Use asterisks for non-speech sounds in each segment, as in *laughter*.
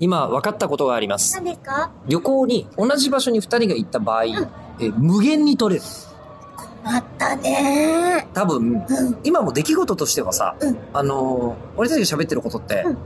今分かったことがあります。何ですか旅行に同じ場所に2人が行った場合、え無限に取れる。まったね多分、ー。うん。今も出来事としてはさ、うんあのー俺たちが喋ってることって、うん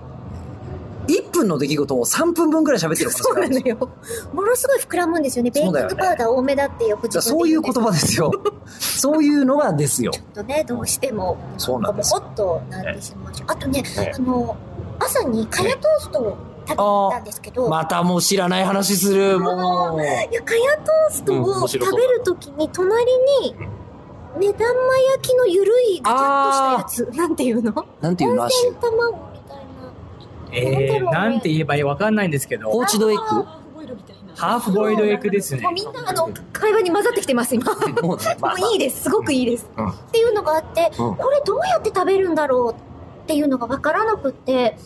1分の出来事を3分分くらい喋ってることしそかうなないでしのょ。よ。ものすごい膨らむんですよね。ベそーうキだよンねグパウダー多めだってよくじ自ゃあ分そうでいう言と。葉です *laughs* よ。そういうのがですよ。ちょっとね、どうしても、そうもなんこですよ。っとなってしまうし。あとねええ、あの、朝にカヤトーストを食べに行ったんですけど、またもう知らない話する、もう。いや、かやトーストうん面を白そう食べるときに、隣に、目玉焼きのゆるい、ガチャッとしたやつ、なんていうのなんていうの温らしい泉卵みたいな。えなんだろうねー、なんて言えばいいわかんないんですけどポ、ーチドエッグハーフボイルみたいな。ハーフボイルエッグですねもう。みんな、あの、会話に混ざってきてます、今。ももうね、まあういいです、すごくいいです。うんっていうのがあって、うんこれどうやって食べるんだろうっていうのがわからなくって、で、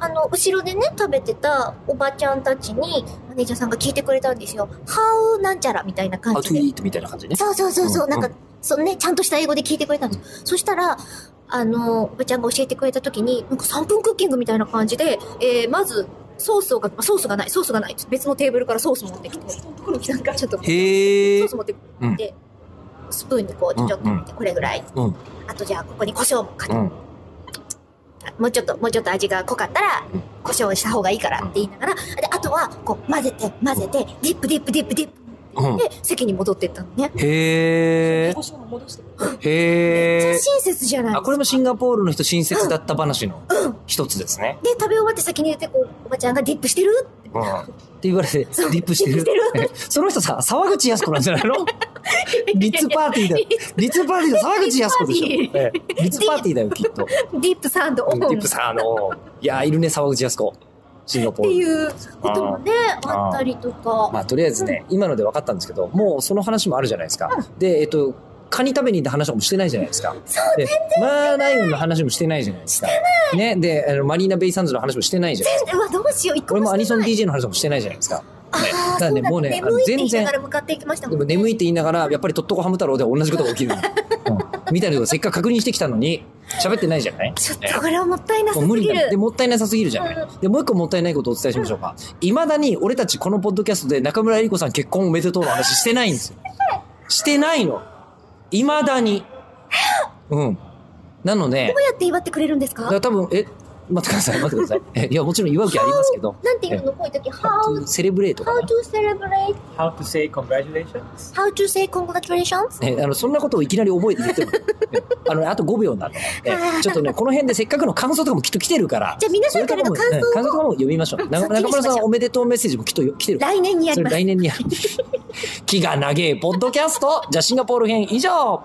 あの、後ろでね、食べてたおばちゃんたちに、マネージャーさんが聞いてくれたんですよ。ハウなんちゃらみたいな感アウじトでゥ。イートみたいな感じね。そうそうそうそう、うんうんなんか、そのね、ちゃんとした英語で聞いてくれたんです。そしたら、あの、おばちゃんが教えてくれた時に、なんか3分クッキングみたいな感じで、えー、まず、ソースをかけ、ソースがない、ソースがない。別のテーブルからソース持ってきて、なんかちょっと、ソへえース。持ってきて、スプーンにこう、ちょっとうんうんこれぐらい。うんあとじゃあ、ここに胡椒もかけうて、ん。もうちょっと、もうちょっと味が濃かったらうん、胡椒をした方がいいからって言いながら、で、あとは、こう、混ぜて、混ぜて、ディップディップディップディップ。うん。で、席に戻ってったのね。へえ胡。椒も戻して。へめっえち。ゃ親切じゃないですあ、かこれもシンガポールの人親切だった話の一つですね。で、食べ終わって先に出て、こう、おばちゃんがディップしてる *laughs* うん。って言われて、デそうィップしてるデ。 *laughs* その人さ、沢口靖子なんじゃないのリッツパーティーだよ。リッツパーティーだ。沢口靖子でしょ。リッツええリッツパーティーだよ、きっと。ディップサンドオうんンデっィップさん、あの、いや、いるね、沢口靖子。シンガポール。ていうこともね、あーあったりとか。まあ、とりあえずね、今ので分かったんですけど、もうその話もあるじゃないですか。で、えっと、カニ食べに行った話もしてないじゃないですか。で、マーライオンの話もしてないじゃないですか。ね、で、あのマリーナ・ベイ・サンズの話もしてないじゃないですか。うわ、どうしよう、一個俺ももアニソンしてない DJ の話もしてないじゃないですか。あねーだからねそうもうね眠いって全言いな然がら向かっていきましたもでんね。も眠いって言いながら、やっぱりとっとこハム太郎で同じことが起 *laughs* きるの。うんみたいなことせっかく確認してきたのに、喋ってないじゃないちょっとこれはもったいなさもうす無理ぎだねるで、。もったいなさすぎるじゃない。うで、もう一個もったいないことをお伝えしましょうか。いまだに俺たちこのポッドキャストで中村えり子さん結婚おめでとうの話してないんですよ。してないの。いまだに。うん。なのでどう、やって祝ってくれるんですだかから多分、え、待ってください、待ってください。えいや、もちろん祝う気ありますけど、なんていうのこういう時、how, セレブレートか how な。 to celebrate, How to say congratulations? how to say congratulations? えあのそんなことをいきなり覚えて言ってもえあのあと5秒なのえちょっとねこの辺でせっかくの感想とかもきっと来てるからじゃあ皆そされんかかららのも、感ね、想感想ともかも読みましょうそなっちに中しましょう村さんおめでとうメッセージもきっと来てるから来年にやそれり *laughs* ます。来年にやる気が長えポッドキャストじゃあシンガポール編以上